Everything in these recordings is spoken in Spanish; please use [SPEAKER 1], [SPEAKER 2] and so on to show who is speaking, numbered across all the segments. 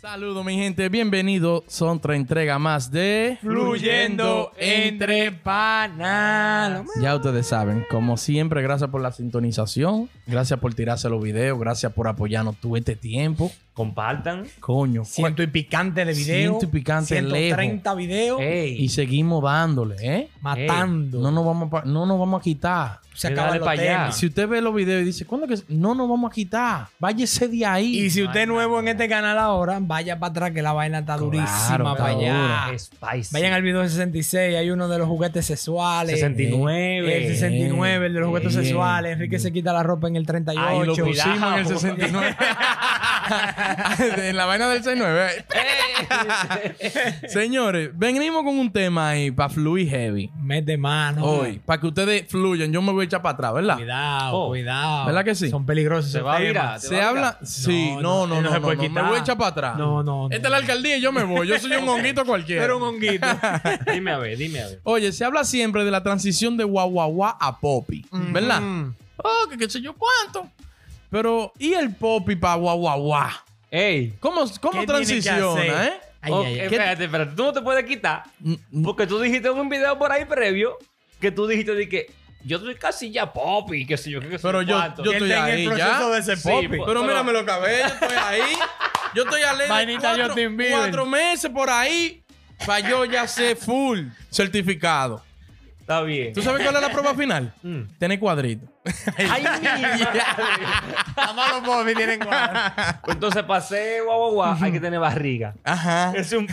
[SPEAKER 1] Saludos mi gente, bienvenidos. Son otra entrega más de
[SPEAKER 2] Fluyendo entre panas.
[SPEAKER 1] Ya ustedes saben, como siempre, gracias por la sintonización, gracias por tirarse los videos, gracias por apoyarnos tú este tiempo.
[SPEAKER 2] Compartan.
[SPEAKER 1] Coño,
[SPEAKER 3] Ciento y picante de video.
[SPEAKER 1] Ciento y picante,
[SPEAKER 3] 130 videos.
[SPEAKER 1] y seguimos dándole, ¿eh?
[SPEAKER 3] matando.
[SPEAKER 1] No nos vamos a, pa- no nos vamos a quitar.
[SPEAKER 3] se
[SPEAKER 2] Eh, Dale
[SPEAKER 3] acaban los
[SPEAKER 2] pa' allá.
[SPEAKER 3] temas.
[SPEAKER 1] Si usted ve los videos y dice, ¿cuándo que se-?" no nos vamos a quitar? Váyese de ahí.
[SPEAKER 3] Y si usted es nuevo en este canal ahora, vaya para atrás que la vaina está durísima
[SPEAKER 1] está
[SPEAKER 3] para allá.
[SPEAKER 2] Ah, Spicy.
[SPEAKER 3] Vayan al video 66, hay uno de los juguetes sexuales.
[SPEAKER 2] 69.
[SPEAKER 3] El 69, el de los juguetes
[SPEAKER 1] Bien.
[SPEAKER 3] sexuales. Enrique se quita la ropa en el 38.
[SPEAKER 2] Ay, lo
[SPEAKER 1] Lo hicimos en el 69. en la vaina del 69. Señores, venimos con un tema ahí para fluir heavy.
[SPEAKER 3] Mete mano.
[SPEAKER 1] Hoy, para que ustedes fluyan, yo me voy a echar para atrás, ¿verdad?
[SPEAKER 3] Cuidado,
[SPEAKER 2] Oh.
[SPEAKER 3] cuidado.
[SPEAKER 1] ¿Verdad que sí?
[SPEAKER 3] Son peligrosos.
[SPEAKER 2] Se
[SPEAKER 3] esos
[SPEAKER 2] va a
[SPEAKER 3] temas.
[SPEAKER 2] virar. ¿Te
[SPEAKER 1] Se
[SPEAKER 2] va a
[SPEAKER 1] habla. Sí, no, no, no.
[SPEAKER 3] no,
[SPEAKER 1] no,
[SPEAKER 3] no se puede
[SPEAKER 1] no, Me
[SPEAKER 3] quitar.
[SPEAKER 1] voy a echar para atrás.
[SPEAKER 3] No, no, no.
[SPEAKER 1] Esta es la alcaldía y yo me voy. Yo soy un honguito cualquiera.
[SPEAKER 3] Pero un honguito.
[SPEAKER 2] Dime a ver, dime a ver.
[SPEAKER 1] Oye, se habla siempre de la transición de guaguaguá a popi, ¿verdad?
[SPEAKER 3] Mm.
[SPEAKER 1] Oh, que qué sé yo cuánto. Pero, ¿y el popi para guaguaguá?
[SPEAKER 2] Ey.
[SPEAKER 1] ¿Cómo, cómo
[SPEAKER 3] ¿Qué tiene que
[SPEAKER 1] transiciona,
[SPEAKER 3] hacer?
[SPEAKER 1] eh?
[SPEAKER 3] Ay,
[SPEAKER 2] Ok,
[SPEAKER 3] ay, ay.
[SPEAKER 2] Espérate, espérate. Tú no te puedes quitar.
[SPEAKER 1] Mm,
[SPEAKER 2] Porque tú dijiste en un video por ahí previo que tú dijiste de que yo soy casi ya popi, qué sé yo, qué sé
[SPEAKER 1] Pero yo,
[SPEAKER 2] cuánto.
[SPEAKER 1] yo
[SPEAKER 3] Él
[SPEAKER 1] estoy
[SPEAKER 3] está en el
[SPEAKER 1] ahí ya.
[SPEAKER 3] proceso de ser
[SPEAKER 2] Sí,
[SPEAKER 3] popi.
[SPEAKER 2] po-
[SPEAKER 1] Pero
[SPEAKER 2] Pero-
[SPEAKER 1] mírame los cabellos, estoy ahí. Yo estoy a ley de
[SPEAKER 3] Vainita
[SPEAKER 1] cuatro,
[SPEAKER 3] Justin Bieber.
[SPEAKER 1] cuatro meses por ahí para yo ya ser full certificado.
[SPEAKER 2] Está bien.
[SPEAKER 1] ¿Tú sabes cuál es la prueba final?
[SPEAKER 2] Mm.
[SPEAKER 1] Tener cuadrito.
[SPEAKER 2] Ay, mi madre.
[SPEAKER 3] Nada más los popis tienen cuadro.
[SPEAKER 2] Pues Entonces, pasé guau, guau, guau, hay que tener barriga.
[SPEAKER 1] Ajá.
[SPEAKER 2] Es un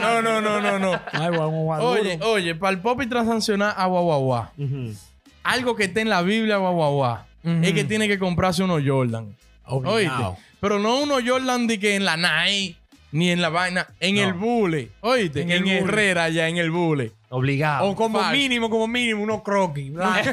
[SPEAKER 1] No, no, no, no, no.
[SPEAKER 3] Ay, guau, guau, guau,
[SPEAKER 1] Oye,
[SPEAKER 3] duro.
[SPEAKER 1] oye, para el pop y transancionar a guaguaguá.
[SPEAKER 2] Ujú.
[SPEAKER 1] Algo que esté en la Biblia guaguaguá. Es que tiene que comprarse uno Jordan.
[SPEAKER 3] Obligado.
[SPEAKER 1] Oíste. Pero no uno Jordan de que en la Nike, ni en la vaina, en
[SPEAKER 2] No.
[SPEAKER 1] el bule. Oíste, en,
[SPEAKER 3] En el bule.
[SPEAKER 1] Herrera ya, en el bule.
[SPEAKER 2] Obligado.
[SPEAKER 3] O como
[SPEAKER 1] Fal-
[SPEAKER 3] mínimo, como mínimo, unos croquis blancos.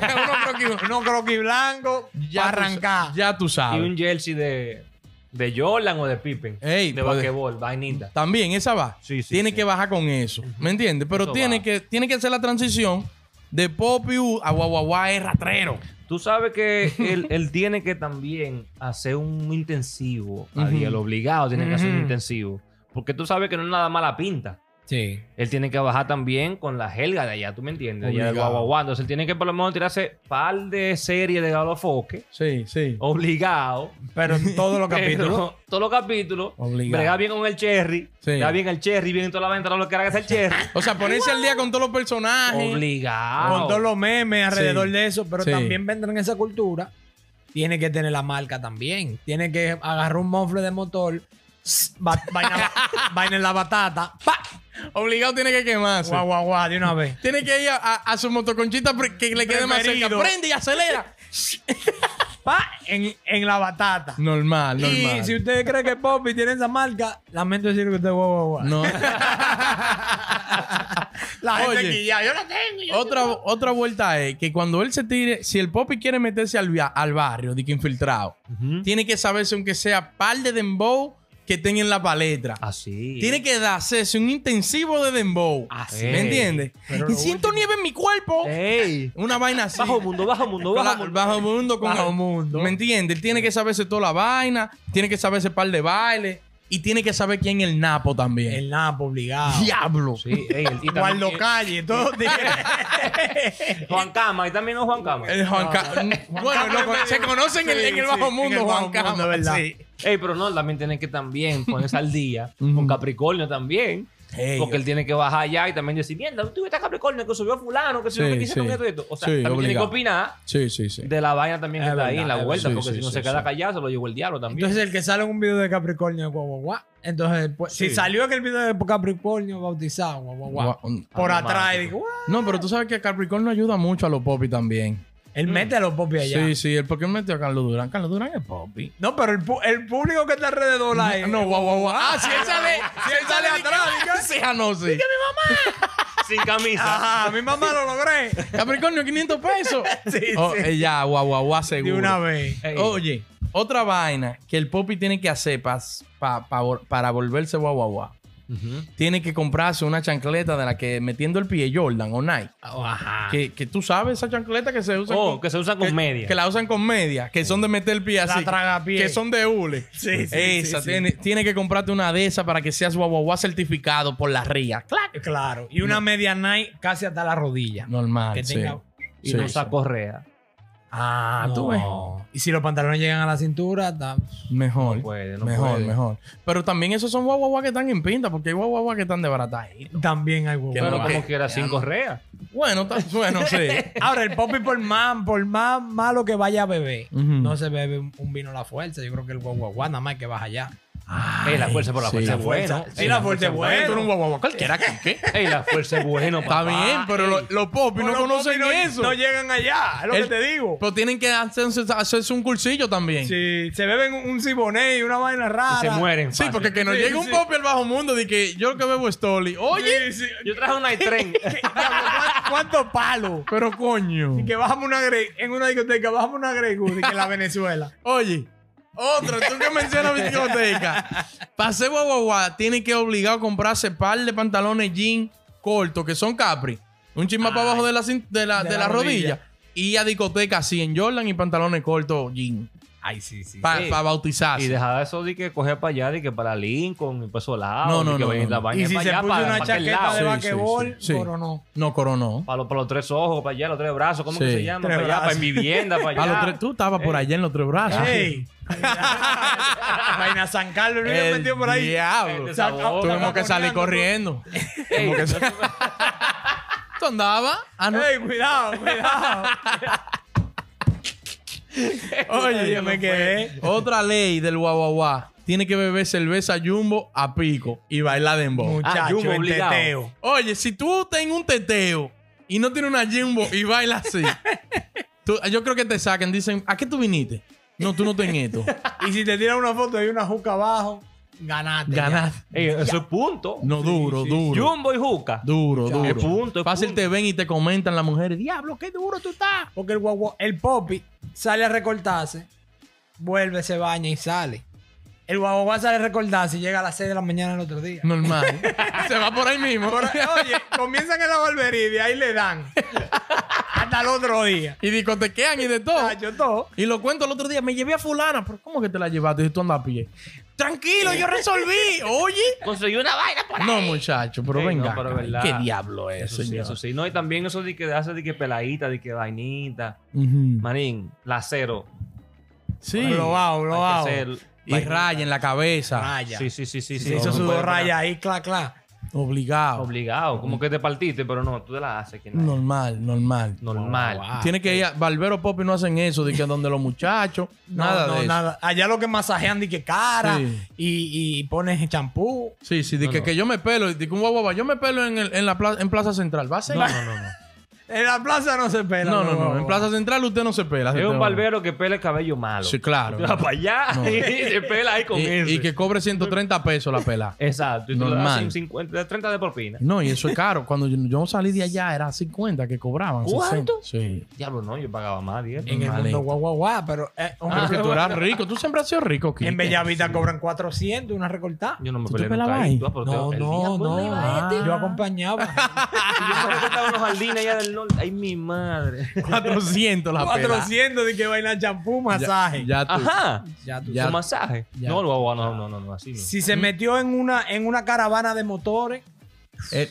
[SPEAKER 3] unos croquis blancos
[SPEAKER 1] Ya
[SPEAKER 3] para
[SPEAKER 1] tú sa-
[SPEAKER 3] arrancar.
[SPEAKER 1] ya tú
[SPEAKER 2] Y
[SPEAKER 1] sabes.
[SPEAKER 2] un jersey de, de Jordan o de Pippen.
[SPEAKER 1] Ey,
[SPEAKER 2] de
[SPEAKER 1] puede-
[SPEAKER 2] basquetbol, vainita.
[SPEAKER 1] También esa va.
[SPEAKER 2] Sí, sí,
[SPEAKER 1] tiene
[SPEAKER 2] sí.
[SPEAKER 1] que bajar con eso. ¿Me entiendes? Pero
[SPEAKER 2] Eso
[SPEAKER 1] tiene
[SPEAKER 2] va.
[SPEAKER 1] que, tiene que hacer la transición de Poppy U a Guaguaguá es ratrero.
[SPEAKER 2] Tú sabes que él, él tiene que también hacer un intensivo. Ahí,
[SPEAKER 1] Ujú.
[SPEAKER 2] el obligado tiene que hacer un
[SPEAKER 3] Ujú.
[SPEAKER 2] intensivo. Porque tú sabes que no es nada mala pinta.
[SPEAKER 3] Sí.
[SPEAKER 2] Él tiene que bajar también con la helga de allá, ¿tú me entiendes? Allá de
[SPEAKER 1] Obligado.
[SPEAKER 2] Guaguaguá. Entonces él tiene que por lo menos tirarse par de series de galofoque.
[SPEAKER 1] Sí, sí.
[SPEAKER 2] Obligado.
[SPEAKER 3] Pero en todos los
[SPEAKER 2] Pero
[SPEAKER 3] capítulos.
[SPEAKER 2] Todos los capítulos.
[SPEAKER 1] Obligado.
[SPEAKER 2] Bregar bien con el cherry.
[SPEAKER 1] Sí.
[SPEAKER 2] Bregar bien el cherry. Bien en toda la venta, todo lo que haga es el cherry.
[SPEAKER 1] O sea, ponerse al día con todos los personajes.
[SPEAKER 2] Obligado.
[SPEAKER 3] Con todos los memes alrededor de eso, pero
[SPEAKER 1] Sí.
[SPEAKER 3] también vendrán esa cultura. Tiene que tener la marca también. Tiene que agarrar un mofle de motor, s- va- vaina, vaina en la batata, pa,
[SPEAKER 1] Obligado tiene que quemarse.
[SPEAKER 3] guau, guau, guau, de una vez.
[SPEAKER 1] Tiene que ir a, a- a su motoconchita pre- que le quede más cerca.
[SPEAKER 3] Preferido.
[SPEAKER 1] Prende y acelera.
[SPEAKER 3] Pa, en, en la batata.
[SPEAKER 1] Normal, normal.
[SPEAKER 3] Y si usted cree que Poppy tiene esa marca, lamento decir que usted es guau, guau, guau.
[SPEAKER 1] No.
[SPEAKER 3] La gente
[SPEAKER 1] Oye.
[SPEAKER 3] aquí ya, yo la tengo. yo-
[SPEAKER 1] otra, otra vuelta es que cuando él se tire, si el Poppy quiere meterse al, via- al barrio, de que infiltrado,
[SPEAKER 2] Ujú.
[SPEAKER 1] tiene que saberse aunque sea par de dembow que estén en la palestra.
[SPEAKER 2] Así.
[SPEAKER 1] Tiene que darse un intensivo de dembow.
[SPEAKER 2] Así.
[SPEAKER 1] ¿Me entiendes?
[SPEAKER 3] Pero
[SPEAKER 1] Y
[SPEAKER 3] lo
[SPEAKER 1] siento nieve en mi cuerpo.
[SPEAKER 2] ¡Ey!
[SPEAKER 1] Una vaina así.
[SPEAKER 2] Eh. Bajo mundo, bajo mundo,
[SPEAKER 1] Claro,
[SPEAKER 2] bajo
[SPEAKER 1] bajo,
[SPEAKER 2] mundo.
[SPEAKER 1] mundo con
[SPEAKER 3] Bajo mundo.
[SPEAKER 1] ¿Me entiendes? Él tiene que saberse toda la vaina, tiene que saberse par de baile y tiene que saber quién es el Napo también.
[SPEAKER 3] El Napo obligado.
[SPEAKER 1] diablo.
[SPEAKER 2] Sí, ey, el- y también-
[SPEAKER 3] Guardo calle, todo.
[SPEAKER 2] Juan Cama, y también no Juan Cama.
[SPEAKER 1] El Juan Ca- Bueno,
[SPEAKER 3] Cama
[SPEAKER 1] lo
[SPEAKER 3] es
[SPEAKER 1] con-
[SPEAKER 3] medio-
[SPEAKER 1] se conocen en, el- en el bajo mundo, Juan Cama. sí.
[SPEAKER 2] Ey, pero no, también tiene que también ponerse al día con Capricornio también.
[SPEAKER 1] Ey,
[SPEAKER 2] porque él tiene que bajar allá y también decir, mierda, tú viste a Capricornio que subió fulano, que subió
[SPEAKER 1] Sí,
[SPEAKER 2] que hizo
[SPEAKER 1] sí.
[SPEAKER 2] esto y esto. O sea,
[SPEAKER 1] Sí,
[SPEAKER 2] también tiene que
[SPEAKER 1] obligado.
[SPEAKER 2] opinar
[SPEAKER 1] Sí, sí, sí.
[SPEAKER 2] de la vaina también que
[SPEAKER 3] Es
[SPEAKER 2] está ahí en la
[SPEAKER 3] verdad,
[SPEAKER 2] vuelta,
[SPEAKER 1] es verdad.
[SPEAKER 2] porque
[SPEAKER 1] Sí,
[SPEAKER 2] si
[SPEAKER 1] sí,
[SPEAKER 2] no se
[SPEAKER 1] sí,
[SPEAKER 2] queda
[SPEAKER 1] sí.
[SPEAKER 2] callado, se lo llevó el diablo también.
[SPEAKER 3] Entonces, el que sale en un video de Capricornio es guau, guau, guau. Entonces, pues,
[SPEAKER 2] Sí.
[SPEAKER 3] si salió aquel video de Capricornio bautizado, guau, guau, guau.
[SPEAKER 1] Gua-
[SPEAKER 3] Por
[SPEAKER 2] Automático.
[SPEAKER 3] atrás, y digo, guau.
[SPEAKER 1] No, pero tú sabes que Capricornio ayuda mucho a los popis también.
[SPEAKER 3] Él mete a los popis allá.
[SPEAKER 1] Sí, sí, el porque él metió a Carlos Durán. Carlos Durán es popi.
[SPEAKER 3] No, pero el, pu- el público que está alrededor ahí.
[SPEAKER 1] No, guau, guau, guau. Ah, si él sale, si él sale atrás, sí, ah, no, sí.
[SPEAKER 2] Sin
[SPEAKER 1] ah,
[SPEAKER 2] camisa.
[SPEAKER 3] Ajá, mi mamá lo logré.
[SPEAKER 1] Capricornio, 500 pesos.
[SPEAKER 3] Sí,
[SPEAKER 1] Oh,
[SPEAKER 3] sí.
[SPEAKER 1] eh, ya, guau, guau, guau,
[SPEAKER 3] De
[SPEAKER 1] seguro.
[SPEAKER 3] una vez.
[SPEAKER 2] Ey,
[SPEAKER 1] Oye, otra vaina que el Poppy tiene que hacer pa- pa- pa- para volverse guau, guau, guau. tiene que comprarse una chancleta de la que metiendo el pie Jordan o Nike. ah,
[SPEAKER 3] Ajá.
[SPEAKER 1] Que, que tú sabes esa chancleta que se usa
[SPEAKER 2] Ah. Oh, que se usa con media.
[SPEAKER 1] Que la usan con media, que son de meter el pie
[SPEAKER 3] La
[SPEAKER 1] así.
[SPEAKER 3] tragapié.
[SPEAKER 1] Que son de hule.
[SPEAKER 3] Sí, sí,
[SPEAKER 1] Esa,
[SPEAKER 3] sí, sí.
[SPEAKER 1] tiene, tiene que comprarte una de esas para que seas guaguaguá certificado por la RIA. Claro.
[SPEAKER 3] Claro. Y una media night casi hasta la rodilla.
[SPEAKER 1] Normal,
[SPEAKER 3] Que
[SPEAKER 1] sí.
[SPEAKER 3] tenga-
[SPEAKER 2] Y
[SPEAKER 1] Sí,
[SPEAKER 2] no usa
[SPEAKER 1] sí.
[SPEAKER 2] correa.
[SPEAKER 3] Ah,
[SPEAKER 1] No. eh.
[SPEAKER 3] tú ves. Y si los pantalones llegan a la cintura, está...
[SPEAKER 1] Mejor.
[SPEAKER 2] No puede, no
[SPEAKER 1] mejor,
[SPEAKER 2] puede.
[SPEAKER 1] mejor. Pero también esos son guaguaguá que están en pinta, porque hay guaguaguá que están de baratadito.
[SPEAKER 3] también hay huevos.
[SPEAKER 1] Que
[SPEAKER 2] Pero
[SPEAKER 1] no
[SPEAKER 2] como
[SPEAKER 1] va.
[SPEAKER 2] quiera, sin correa.
[SPEAKER 1] Bueno, está- bueno, sí.
[SPEAKER 3] Ahora, el popi, por más, por más malo que vaya a beber,
[SPEAKER 1] Ujú.
[SPEAKER 3] no se bebe un un vino a la fuerza. Yo creo que el guaguaguá nada más que baja allá.
[SPEAKER 2] Ey, la fuerza por la
[SPEAKER 1] sí.
[SPEAKER 2] fuerza
[SPEAKER 1] La
[SPEAKER 2] es bueno.
[SPEAKER 3] fuerza- sí, la fuerza es buena.
[SPEAKER 1] Tú eres un guaguaguá cualquiera que qué.
[SPEAKER 2] Ey, la fuerza es bueno,
[SPEAKER 1] Está
[SPEAKER 2] papá.
[SPEAKER 1] bien, pero lo- los popis Pues no conocen eso.
[SPEAKER 3] No llegan allá, es lo
[SPEAKER 1] El-
[SPEAKER 3] que te digo.
[SPEAKER 1] pero tienen que hacerse, hacerse un cursillo también. Sí,
[SPEAKER 3] Si se beben un, un ciboné y una vaina rara.
[SPEAKER 2] Y se mueren. fácil.
[SPEAKER 1] porque que nos
[SPEAKER 3] Sí,
[SPEAKER 1] llegue un
[SPEAKER 3] sí.
[SPEAKER 1] popi al bajo mundo de que yo lo que bebo es Toli. Oye,
[SPEAKER 3] Sí, sí.
[SPEAKER 2] Yo traje una tren.
[SPEAKER 3] Diablo, ¿cuán- ¿Cuántos palos?
[SPEAKER 1] pero coño.
[SPEAKER 3] Y que bajamos una gre- en una discoteca, bajamos una Grey y que en la Venezuela.
[SPEAKER 1] Oye, otro, tú que mencionas discoteca. Pase guaguaguá, tiene que obligado a comprarse par de pantalones jean cortos, que son Capri. Un chin más para abajo de la, cin- de la,
[SPEAKER 3] de
[SPEAKER 1] de
[SPEAKER 3] la
[SPEAKER 1] la rodilla.
[SPEAKER 3] rodilla.
[SPEAKER 1] Y a discoteca así en Jordan y pantalones cortos jean.
[SPEAKER 3] Ay, sí, sí.
[SPEAKER 1] Para
[SPEAKER 2] Sí.
[SPEAKER 1] bautizarse.
[SPEAKER 2] Y dejaba eso de que coger para allá, de que para Lincoln y para esos lados.
[SPEAKER 1] No, no,
[SPEAKER 2] de que
[SPEAKER 1] no,
[SPEAKER 2] vayan
[SPEAKER 1] no.
[SPEAKER 2] la vaina
[SPEAKER 3] y si
[SPEAKER 2] para
[SPEAKER 3] se
[SPEAKER 2] allá,
[SPEAKER 3] puso
[SPEAKER 2] para-
[SPEAKER 3] una
[SPEAKER 2] para aquel
[SPEAKER 3] chaqueta
[SPEAKER 2] lado.
[SPEAKER 3] de
[SPEAKER 1] Sí,
[SPEAKER 3] vaquebol,
[SPEAKER 1] sí, sí.
[SPEAKER 3] coronó.
[SPEAKER 1] No, coronó.
[SPEAKER 2] Para los, para los tres ojos, para allá, los tres brazos, ¿cómo que
[SPEAKER 1] Sí.
[SPEAKER 2] se llama?
[SPEAKER 3] Tres
[SPEAKER 2] Para allá, para
[SPEAKER 3] brazos.
[SPEAKER 2] vivienda, para allá.
[SPEAKER 1] A los tres, tú estabas por allá en los tres brazos.
[SPEAKER 3] ¡Ey! Vaina San Carlos, no me
[SPEAKER 1] El
[SPEAKER 3] metió por ahí.
[SPEAKER 1] Diablo.
[SPEAKER 2] Eh, Saca-
[SPEAKER 3] Saca-
[SPEAKER 1] Tuvimos que salir
[SPEAKER 3] saca-
[SPEAKER 1] corriendo.
[SPEAKER 2] Ey,
[SPEAKER 1] ¿Tú andabas? Ah, no.
[SPEAKER 3] ¡Ey, cuidado, cuidado!
[SPEAKER 1] Oye,
[SPEAKER 3] yo me quedé.
[SPEAKER 1] Otra ley del guaguaguá. Tiene que beber cerveza jumbo a pico y bailar dembow.
[SPEAKER 3] Muchacho,
[SPEAKER 2] Jumbo
[SPEAKER 3] en
[SPEAKER 2] obligado.
[SPEAKER 3] teteo.
[SPEAKER 1] Oye, si tú estás en un teteo y no tienes una jumbo y bailas así, tú- yo creo que te saquen. Dicen, ¿a qué tú viniste? No, tú no estás en esto.
[SPEAKER 3] Y si te tiran una foto y una juca abajo, ganaste.
[SPEAKER 1] Ganás.
[SPEAKER 2] Ey, eso es punto.
[SPEAKER 1] No, duro, duro.
[SPEAKER 2] Jumbo y Juca.
[SPEAKER 1] Duro,
[SPEAKER 2] Ya.
[SPEAKER 1] duro.
[SPEAKER 2] Es punto, es
[SPEAKER 1] Fácil
[SPEAKER 2] punto.
[SPEAKER 1] te ven y te comentan las mujeres. Diablo, qué duro tú estás.
[SPEAKER 3] ya. Porque el guagua, el popi sale a recortarse, vuelve, se baña y sale. El guagua sale a recortarse y llega a las 6 de la mañana del otro día.
[SPEAKER 1] Normal. Se va por ahí mismo.
[SPEAKER 3] Oye, comienzan en la barbería y de ahí le dan. Hasta el otro día.
[SPEAKER 1] y discotequean y de todo.
[SPEAKER 3] Muchacho, todo.
[SPEAKER 1] Y lo cuento el otro día. Me llevé a fulana. ¿Pero cómo que te la llevaste si tú andas a pie? Tranquilo, yo resolví. Oye.
[SPEAKER 2] Conseguí una vaina pues. por ahí.
[SPEAKER 1] No, muchacho, pero
[SPEAKER 2] Ey,
[SPEAKER 1] venga.
[SPEAKER 2] no, pero
[SPEAKER 1] acá.
[SPEAKER 2] verdad.
[SPEAKER 1] ¿Qué diablo es,
[SPEAKER 2] Eso sí,
[SPEAKER 1] señor?
[SPEAKER 2] eso sí. No, y también eso de que hace de que peladita, de que vainita.
[SPEAKER 1] Ujú.
[SPEAKER 2] Manín, la cero.
[SPEAKER 1] Sí.
[SPEAKER 3] Lo hago, lo
[SPEAKER 2] Hay
[SPEAKER 3] hago.
[SPEAKER 2] que hacer
[SPEAKER 1] Y
[SPEAKER 2] vainita.
[SPEAKER 1] raya en la cabeza.
[SPEAKER 3] Raya.
[SPEAKER 2] Sí, sí, sí, sí.
[SPEAKER 3] Se
[SPEAKER 2] sí,
[SPEAKER 3] hizo
[SPEAKER 2] no
[SPEAKER 3] su
[SPEAKER 2] puede
[SPEAKER 3] dos
[SPEAKER 2] parar.
[SPEAKER 3] rayas ahí, cla, cla.
[SPEAKER 1] Obligado.
[SPEAKER 2] Obligado. Como
[SPEAKER 1] Mm.
[SPEAKER 2] que te partiste, pero no, tú te la haces. Que no. Ah,
[SPEAKER 1] Normal, normal.
[SPEAKER 2] Normal.
[SPEAKER 3] Wow, wow.
[SPEAKER 1] Tiene que ir a... Barbero Popi no hacen eso. De que donde los muchachos.
[SPEAKER 3] No,
[SPEAKER 1] nada
[SPEAKER 3] no,
[SPEAKER 1] de eso.
[SPEAKER 3] nada. Allá lo que masajean di que cara
[SPEAKER 1] Sí.
[SPEAKER 3] y, y pones champú.
[SPEAKER 1] Sí, sí, de que, que yo me pelo, de que un guaguaba, yo me pelo en, el- en la plaza, en Plaza Central. ¿Va a ser?
[SPEAKER 2] No, no, no. no.
[SPEAKER 3] En la plaza no se pela.
[SPEAKER 1] No, no,
[SPEAKER 3] guagua.
[SPEAKER 1] no. En Plaza Central usted no se pela.
[SPEAKER 2] Es
[SPEAKER 1] se te
[SPEAKER 2] un
[SPEAKER 1] va.
[SPEAKER 2] barbero que pela el cabello malo.
[SPEAKER 1] Sí, claro.
[SPEAKER 2] Tú vas para allá
[SPEAKER 1] No.
[SPEAKER 2] y se pela ahí con
[SPEAKER 1] Y,
[SPEAKER 2] eso.
[SPEAKER 1] y que cobre 130 pesos la pela.
[SPEAKER 2] Exacto. Y tú le das
[SPEAKER 1] Normal.
[SPEAKER 2] un 50, 30 de propina.
[SPEAKER 1] No, y eso es caro. Cuando yo, yo salí de allá era 50 que cobraban. 60.
[SPEAKER 2] ¿Cuánto?
[SPEAKER 1] Sí.
[SPEAKER 2] Diablo, no, Ah, yo pagaba más, 10.
[SPEAKER 3] En el
[SPEAKER 1] Maleta.
[SPEAKER 3] mundo guau, guau, guau, pero eh, un-
[SPEAKER 1] Pero que tú eras rico. Tú siempre has sido rico, Kike.
[SPEAKER 3] en Bellavista cobran 400 una recortada.
[SPEAKER 2] Yo no me
[SPEAKER 1] ¿Tú te
[SPEAKER 2] peleé
[SPEAKER 1] pelabas
[SPEAKER 2] nunca ahí.
[SPEAKER 1] ahí?
[SPEAKER 2] Tú, ah, pero
[SPEAKER 3] No,
[SPEAKER 2] te- el
[SPEAKER 3] no,
[SPEAKER 2] día, pues,
[SPEAKER 3] no. Ah,
[SPEAKER 2] iba a este.
[SPEAKER 3] Yo acompañaba.
[SPEAKER 1] Ah.
[SPEAKER 2] Yo me estaba en los jardines allá del norte. Ay, mi madre.
[SPEAKER 1] 400 la pela.
[SPEAKER 3] 400 de que vaina champú, masaje.
[SPEAKER 1] Ya, tú.
[SPEAKER 2] Ajá.
[SPEAKER 3] Ya tú
[SPEAKER 1] Ya.
[SPEAKER 2] ¿Un masaje?
[SPEAKER 1] Ya.
[SPEAKER 2] No, no, no, no, no, no, así no.
[SPEAKER 3] Si se metió en una, en una caravana de motores,
[SPEAKER 1] Eh,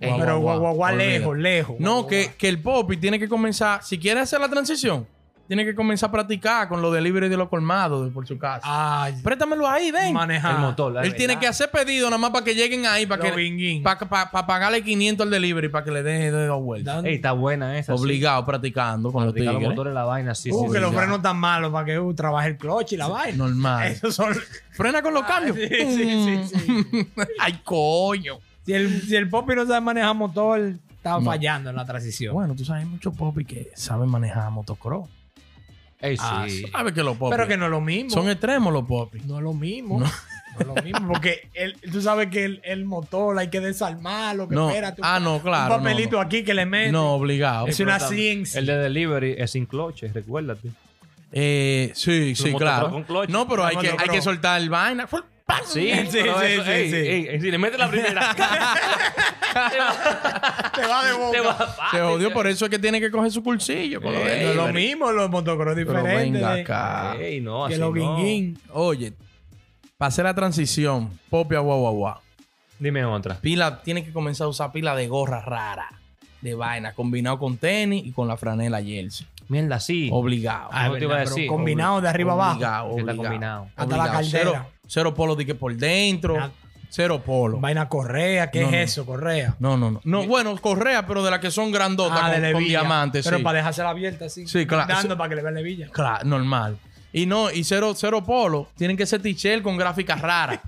[SPEAKER 2] Ey,
[SPEAKER 1] guau,
[SPEAKER 3] pero
[SPEAKER 1] guau, guau, olvídate.
[SPEAKER 3] lejos, lejos.
[SPEAKER 1] No, que, que el popi tiene que comenzar, si quiere hacer la transición, tiene que comenzar a practicar con los delivery de los colmados de por su casa.
[SPEAKER 3] Ah. Ay,
[SPEAKER 1] Préstamelo ahí, ven.
[SPEAKER 3] manejar.
[SPEAKER 2] El motor. la
[SPEAKER 1] Él tiene
[SPEAKER 2] verdad.
[SPEAKER 1] que hacer pedido nada más para que lleguen ahí, para
[SPEAKER 3] Lo
[SPEAKER 1] que
[SPEAKER 3] guinguín.
[SPEAKER 1] para pagarle 500 al delivery, para que le deje de dos vueltas.
[SPEAKER 3] Dan-
[SPEAKER 2] Ey, está buena esa. sí.
[SPEAKER 1] Obligado, practicando con los
[SPEAKER 2] Practicar los
[SPEAKER 1] tigres.
[SPEAKER 2] motores, la vaina, sí,
[SPEAKER 3] Uh,
[SPEAKER 2] sí,
[SPEAKER 3] que
[SPEAKER 2] sí,
[SPEAKER 3] los
[SPEAKER 2] ya.
[SPEAKER 3] frenos están malos para que uh, trabaje el clutch y la vaina.
[SPEAKER 1] Normal.
[SPEAKER 3] Esos son.
[SPEAKER 1] Frena con los cambios.
[SPEAKER 3] Eh. Ah, sí, sí, sí,
[SPEAKER 1] Ay, coño.
[SPEAKER 3] Si el, si el Poppy no sabe manejar motor, está
[SPEAKER 1] No.
[SPEAKER 3] fallando en la transición.
[SPEAKER 1] Bueno, tú sabes hay muchos popis que saben manejar motocross.
[SPEAKER 2] Ey,
[SPEAKER 3] Ah,
[SPEAKER 2] sí.
[SPEAKER 1] Sabes que los popis
[SPEAKER 3] Pero que no es lo mismo.
[SPEAKER 1] son extremos los popis.
[SPEAKER 3] No es lo mismo. No, es lo mismo. Porque el- tú sabes que el, el motor hay que desarmarlo. Que
[SPEAKER 1] No.
[SPEAKER 3] espérate, un-
[SPEAKER 1] Ah, no, claro.
[SPEAKER 3] Un papelito aquí que le
[SPEAKER 1] no,
[SPEAKER 3] meten.
[SPEAKER 1] no. No, obligado.
[SPEAKER 3] es una
[SPEAKER 2] Explotando.
[SPEAKER 3] ciencia.
[SPEAKER 2] El de delivery es sin cloche, recuérdate.
[SPEAKER 1] Eh, sí, sí,
[SPEAKER 2] motocross
[SPEAKER 1] claro.
[SPEAKER 2] con clutch.
[SPEAKER 1] No, pero hay que, hay
[SPEAKER 3] Motocross.
[SPEAKER 1] que soltar el vaina. ¡pam!
[SPEAKER 2] Sí,
[SPEAKER 3] Sí,
[SPEAKER 2] pero
[SPEAKER 3] sí,
[SPEAKER 2] eso-
[SPEAKER 3] sí,
[SPEAKER 2] ey,
[SPEAKER 3] sí.
[SPEAKER 2] ey, ey, si le metes la primera, te va-
[SPEAKER 4] Te va de boca.
[SPEAKER 2] te va-
[SPEAKER 1] Se jodió, por eso es que tiene que coger su cursillo. por lo
[SPEAKER 2] Ey,
[SPEAKER 1] de-
[SPEAKER 3] es lo
[SPEAKER 2] pero-
[SPEAKER 3] mismo, ¿eh? los motocross
[SPEAKER 1] Pero
[SPEAKER 3] diferentes.
[SPEAKER 1] venga
[SPEAKER 3] de-
[SPEAKER 1] acá.
[SPEAKER 2] Ey, no,
[SPEAKER 3] Ah, que
[SPEAKER 2] así
[SPEAKER 3] los
[SPEAKER 2] no.
[SPEAKER 3] guinguín.
[SPEAKER 1] Oye, pasé la transición. Popia, guau, guau, guau.
[SPEAKER 2] Dime otra.
[SPEAKER 1] Pila, tiene que comenzar a usar pila de gorra rara. De vaina, combinado con tenis y con la franela jersey.
[SPEAKER 2] Mierda, sí.
[SPEAKER 1] Obligado.
[SPEAKER 3] Ah,
[SPEAKER 2] No te
[SPEAKER 3] es
[SPEAKER 2] iba a
[SPEAKER 3] verdad, pero
[SPEAKER 2] decir.
[SPEAKER 3] Combinado de arriba abajo.
[SPEAKER 1] Obligado,
[SPEAKER 2] Que está
[SPEAKER 1] obligado.
[SPEAKER 2] combinado.
[SPEAKER 3] Hasta
[SPEAKER 1] Obligado.
[SPEAKER 3] la caldera. Ah.
[SPEAKER 1] Cero, cero polo de que por dentro.
[SPEAKER 3] Nada.
[SPEAKER 1] Cero polo.
[SPEAKER 3] Vaina correa, ¿qué
[SPEAKER 1] No,
[SPEAKER 3] es
[SPEAKER 1] no.
[SPEAKER 3] eso? Correa.
[SPEAKER 1] No, no, no. No, bueno, correa, pero de las que son grandotas
[SPEAKER 3] Ah,
[SPEAKER 1] con,
[SPEAKER 3] de
[SPEAKER 1] con
[SPEAKER 3] levilla.
[SPEAKER 1] diamantes.
[SPEAKER 3] Pero
[SPEAKER 1] sí.
[SPEAKER 3] para dejársela abierta así.
[SPEAKER 1] Sí, claro.
[SPEAKER 3] Dando para que le vean levilla.
[SPEAKER 1] Claro, normal. Y no, y cero, cero polo. Tienen que ser t con gráficas raras.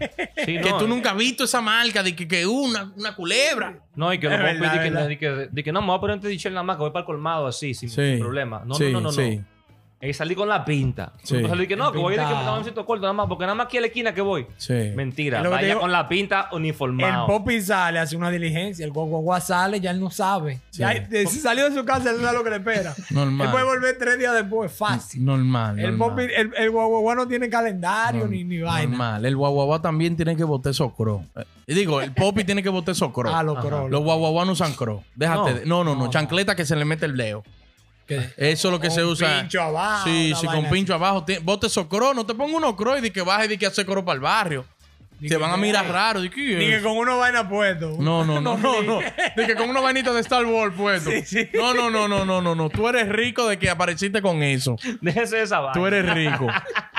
[SPEAKER 2] Sí,
[SPEAKER 1] que
[SPEAKER 2] no,
[SPEAKER 1] tú
[SPEAKER 2] eh.
[SPEAKER 1] nunca has visto esa marca de que, que una, una culebra.
[SPEAKER 2] No, y que
[SPEAKER 3] Es
[SPEAKER 2] los
[SPEAKER 3] verdad,
[SPEAKER 2] compis di que-
[SPEAKER 3] verdad.
[SPEAKER 2] di que, di que no, me voy a poner un t-shirt nada más, que voy para el colmado así, sin,
[SPEAKER 1] Sí.
[SPEAKER 2] sin problema. No,
[SPEAKER 1] Sí,
[SPEAKER 2] no, no, no.
[SPEAKER 1] sí.
[SPEAKER 2] no. Eh, salí con la pinta.
[SPEAKER 1] Sí.
[SPEAKER 2] No salí que no, que voy de que
[SPEAKER 3] Pintado.
[SPEAKER 2] me un cierto corto nada más, porque nada más aquí a la esquina que voy.
[SPEAKER 1] Sí.
[SPEAKER 2] Mentira,
[SPEAKER 3] Es lo que te
[SPEAKER 2] vaya
[SPEAKER 3] digo.
[SPEAKER 2] con la pinta
[SPEAKER 3] El
[SPEAKER 2] uniformado.
[SPEAKER 3] popi sale, hace una diligencia. El guaguaguá sale, ya él no sabe.
[SPEAKER 1] Sí.
[SPEAKER 3] Ya, de- si salió de su casa, él no sabe lo que le espera.
[SPEAKER 1] Normal.
[SPEAKER 3] Él puede volver tres días después, fácil.
[SPEAKER 1] Normal.
[SPEAKER 3] el
[SPEAKER 1] normal.
[SPEAKER 3] popi, el, el guaguaguá no tiene calendario
[SPEAKER 1] Norm-
[SPEAKER 3] ni, ni vaina.
[SPEAKER 1] Normal. El guaguaguá también tiene que botar esos cro. digo, el popi tiene que botar esos cro.
[SPEAKER 3] Ah, lo crolo.
[SPEAKER 1] Los guaguaguá no usan cro. Déjate.
[SPEAKER 2] No.
[SPEAKER 1] de- No, no, no.
[SPEAKER 3] No.
[SPEAKER 1] Chancleta que se le mete el dedo.
[SPEAKER 3] Que-
[SPEAKER 1] Eso es lo que
[SPEAKER 3] Con
[SPEAKER 1] se usa.
[SPEAKER 3] pincho abajo,
[SPEAKER 1] Sí,
[SPEAKER 3] una
[SPEAKER 1] sí,
[SPEAKER 3] vaina
[SPEAKER 1] con pincho abajo. Ti- Bote esos cro. No te ponga unos cro y di que baje y di que hace coro para el barrio.
[SPEAKER 3] Di
[SPEAKER 1] Te
[SPEAKER 3] que
[SPEAKER 1] van a
[SPEAKER 3] no.
[SPEAKER 1] mirar raro. Di que,
[SPEAKER 3] Ni que con una vaina puesto.
[SPEAKER 1] No, no, no, no, no. De que con una vainita de Star Wars puesto. No, no, no, no, no, no, no. Tú eres rico de que apareciste con eso.
[SPEAKER 2] Déjese de esa vaina.
[SPEAKER 1] Tú eres rico.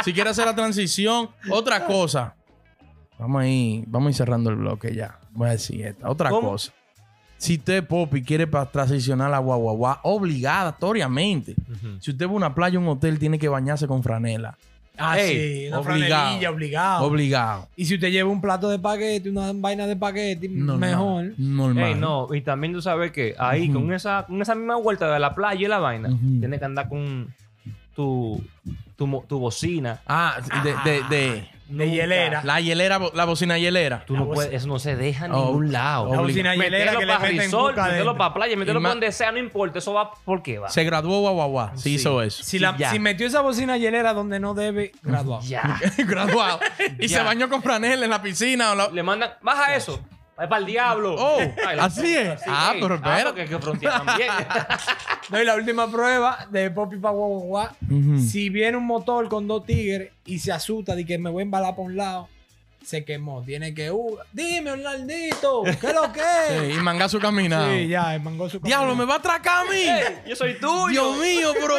[SPEAKER 1] Si quieres hacer la transición, otra cosa. Vamos a ir, vamos a ir cerrando el bloque ya. Voy a decir esta. Otra
[SPEAKER 2] ¿Cómo?
[SPEAKER 1] cosa. Si usted, Popi, quiere pa- transicionar a la guaguaguá obligatoriamente.
[SPEAKER 2] Ujú.
[SPEAKER 1] Si usted va a una playa o un hotel, tiene que bañarse con franela.
[SPEAKER 3] Ah,
[SPEAKER 1] Ey,
[SPEAKER 3] sí. Una
[SPEAKER 1] obligado.
[SPEAKER 3] franelilla,
[SPEAKER 2] Ah.
[SPEAKER 3] obligado.
[SPEAKER 1] Obligado.
[SPEAKER 3] y si usted lleva un plato de paquete, una vaina de paquete,
[SPEAKER 1] Normal.
[SPEAKER 3] mejor.
[SPEAKER 1] Normal.
[SPEAKER 2] Ey, no, y también tú sabes que ahí
[SPEAKER 1] Ujú.
[SPEAKER 2] con, esa, con esa misma vuelta de la playa y la vaina,
[SPEAKER 1] Ujú.
[SPEAKER 2] tienes que andar con tu, tu, mo- tu bocina.
[SPEAKER 1] Ah, de, de- de-
[SPEAKER 3] De hielera.
[SPEAKER 1] la hielera, bo- la bocina hielera.
[SPEAKER 2] Ah. Tú
[SPEAKER 3] La
[SPEAKER 2] no
[SPEAKER 3] boci-
[SPEAKER 2] puedes, eso no se deja en
[SPEAKER 1] Oh,
[SPEAKER 2] ningún lado.
[SPEAKER 1] obligado.
[SPEAKER 3] bocina hielera
[SPEAKER 2] Mételo
[SPEAKER 3] que le
[SPEAKER 2] para
[SPEAKER 3] meten
[SPEAKER 2] resort,
[SPEAKER 3] cuca
[SPEAKER 2] mételo
[SPEAKER 3] adentro.
[SPEAKER 2] para playa, mételo
[SPEAKER 1] Y
[SPEAKER 2] para
[SPEAKER 1] más-
[SPEAKER 2] donde sea, no importa. Eso va porque va.
[SPEAKER 1] Se graduó guaguaguá. Sí,
[SPEAKER 2] Sí.
[SPEAKER 1] hizo eso.
[SPEAKER 3] Si, la,
[SPEAKER 2] ya. Mm,
[SPEAKER 3] si metió esa bocina hielera donde no debe, graduado.
[SPEAKER 2] Ya.
[SPEAKER 1] graduado. Y
[SPEAKER 2] Ya.
[SPEAKER 1] se bañó con franela en la piscina. o la-
[SPEAKER 2] Le mandan, baja eso. Es para el diablo.
[SPEAKER 1] Oh,
[SPEAKER 2] Ay, la-
[SPEAKER 1] así es.
[SPEAKER 2] Sí,
[SPEAKER 1] ah,
[SPEAKER 2] ey.
[SPEAKER 1] pero
[SPEAKER 2] Ah,
[SPEAKER 1] espera.
[SPEAKER 2] porque hay que frontear también.
[SPEAKER 3] No, y la última prueba de Poppy pa' guau, guau, guau.
[SPEAKER 1] Ujú.
[SPEAKER 3] Si viene un motor con dos tigres y se asusta de que me voy a embalar por un lado, se quemó. Tiene que. Uh, dime, Orlandito, ¿qué es lo que es?
[SPEAKER 1] Sí, y manga su caminado.
[SPEAKER 3] Sí, ya, el mango su
[SPEAKER 1] Diablo, me va a atracar a mí.
[SPEAKER 2] Ey, yo soy tuyo.
[SPEAKER 1] Dios mío, bro.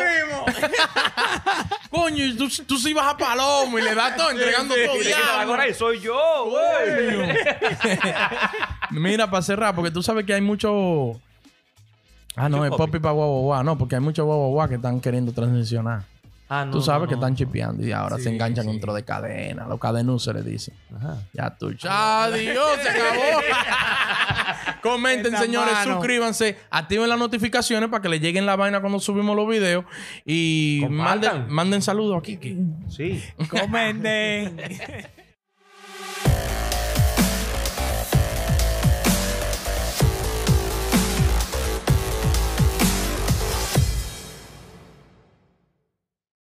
[SPEAKER 1] Coño, y tú, tú sí vas a palomo y le das todo entregando todo.
[SPEAKER 2] Y le quita la
[SPEAKER 1] diablo.
[SPEAKER 2] gorra y soy yo, güey.
[SPEAKER 1] Mira, para cerrar, porque tú sabes que hay mucho. Ah, no,
[SPEAKER 2] Mucho
[SPEAKER 1] es
[SPEAKER 2] popi.
[SPEAKER 1] popi para guaguaguá. No, porque hay muchos guaguaguá que están queriendo transicionar.
[SPEAKER 2] Ah, no,
[SPEAKER 1] tú sabes
[SPEAKER 2] no,
[SPEAKER 1] que
[SPEAKER 2] no.
[SPEAKER 1] están chipeando y ahora se enganchan dentro de cadena. Los cadenus se les dice.
[SPEAKER 2] Ajá.
[SPEAKER 1] Ya tú. Adiós, se acabó. Comenten,
[SPEAKER 3] Esta
[SPEAKER 1] señores,
[SPEAKER 3] mano.
[SPEAKER 1] suscríbanse, activen las notificaciones para que les lleguen la vaina cuando subimos los videos y
[SPEAKER 2] Compartan.
[SPEAKER 1] manden, manden saludos a Kiki.
[SPEAKER 2] Sí.
[SPEAKER 3] Comenten.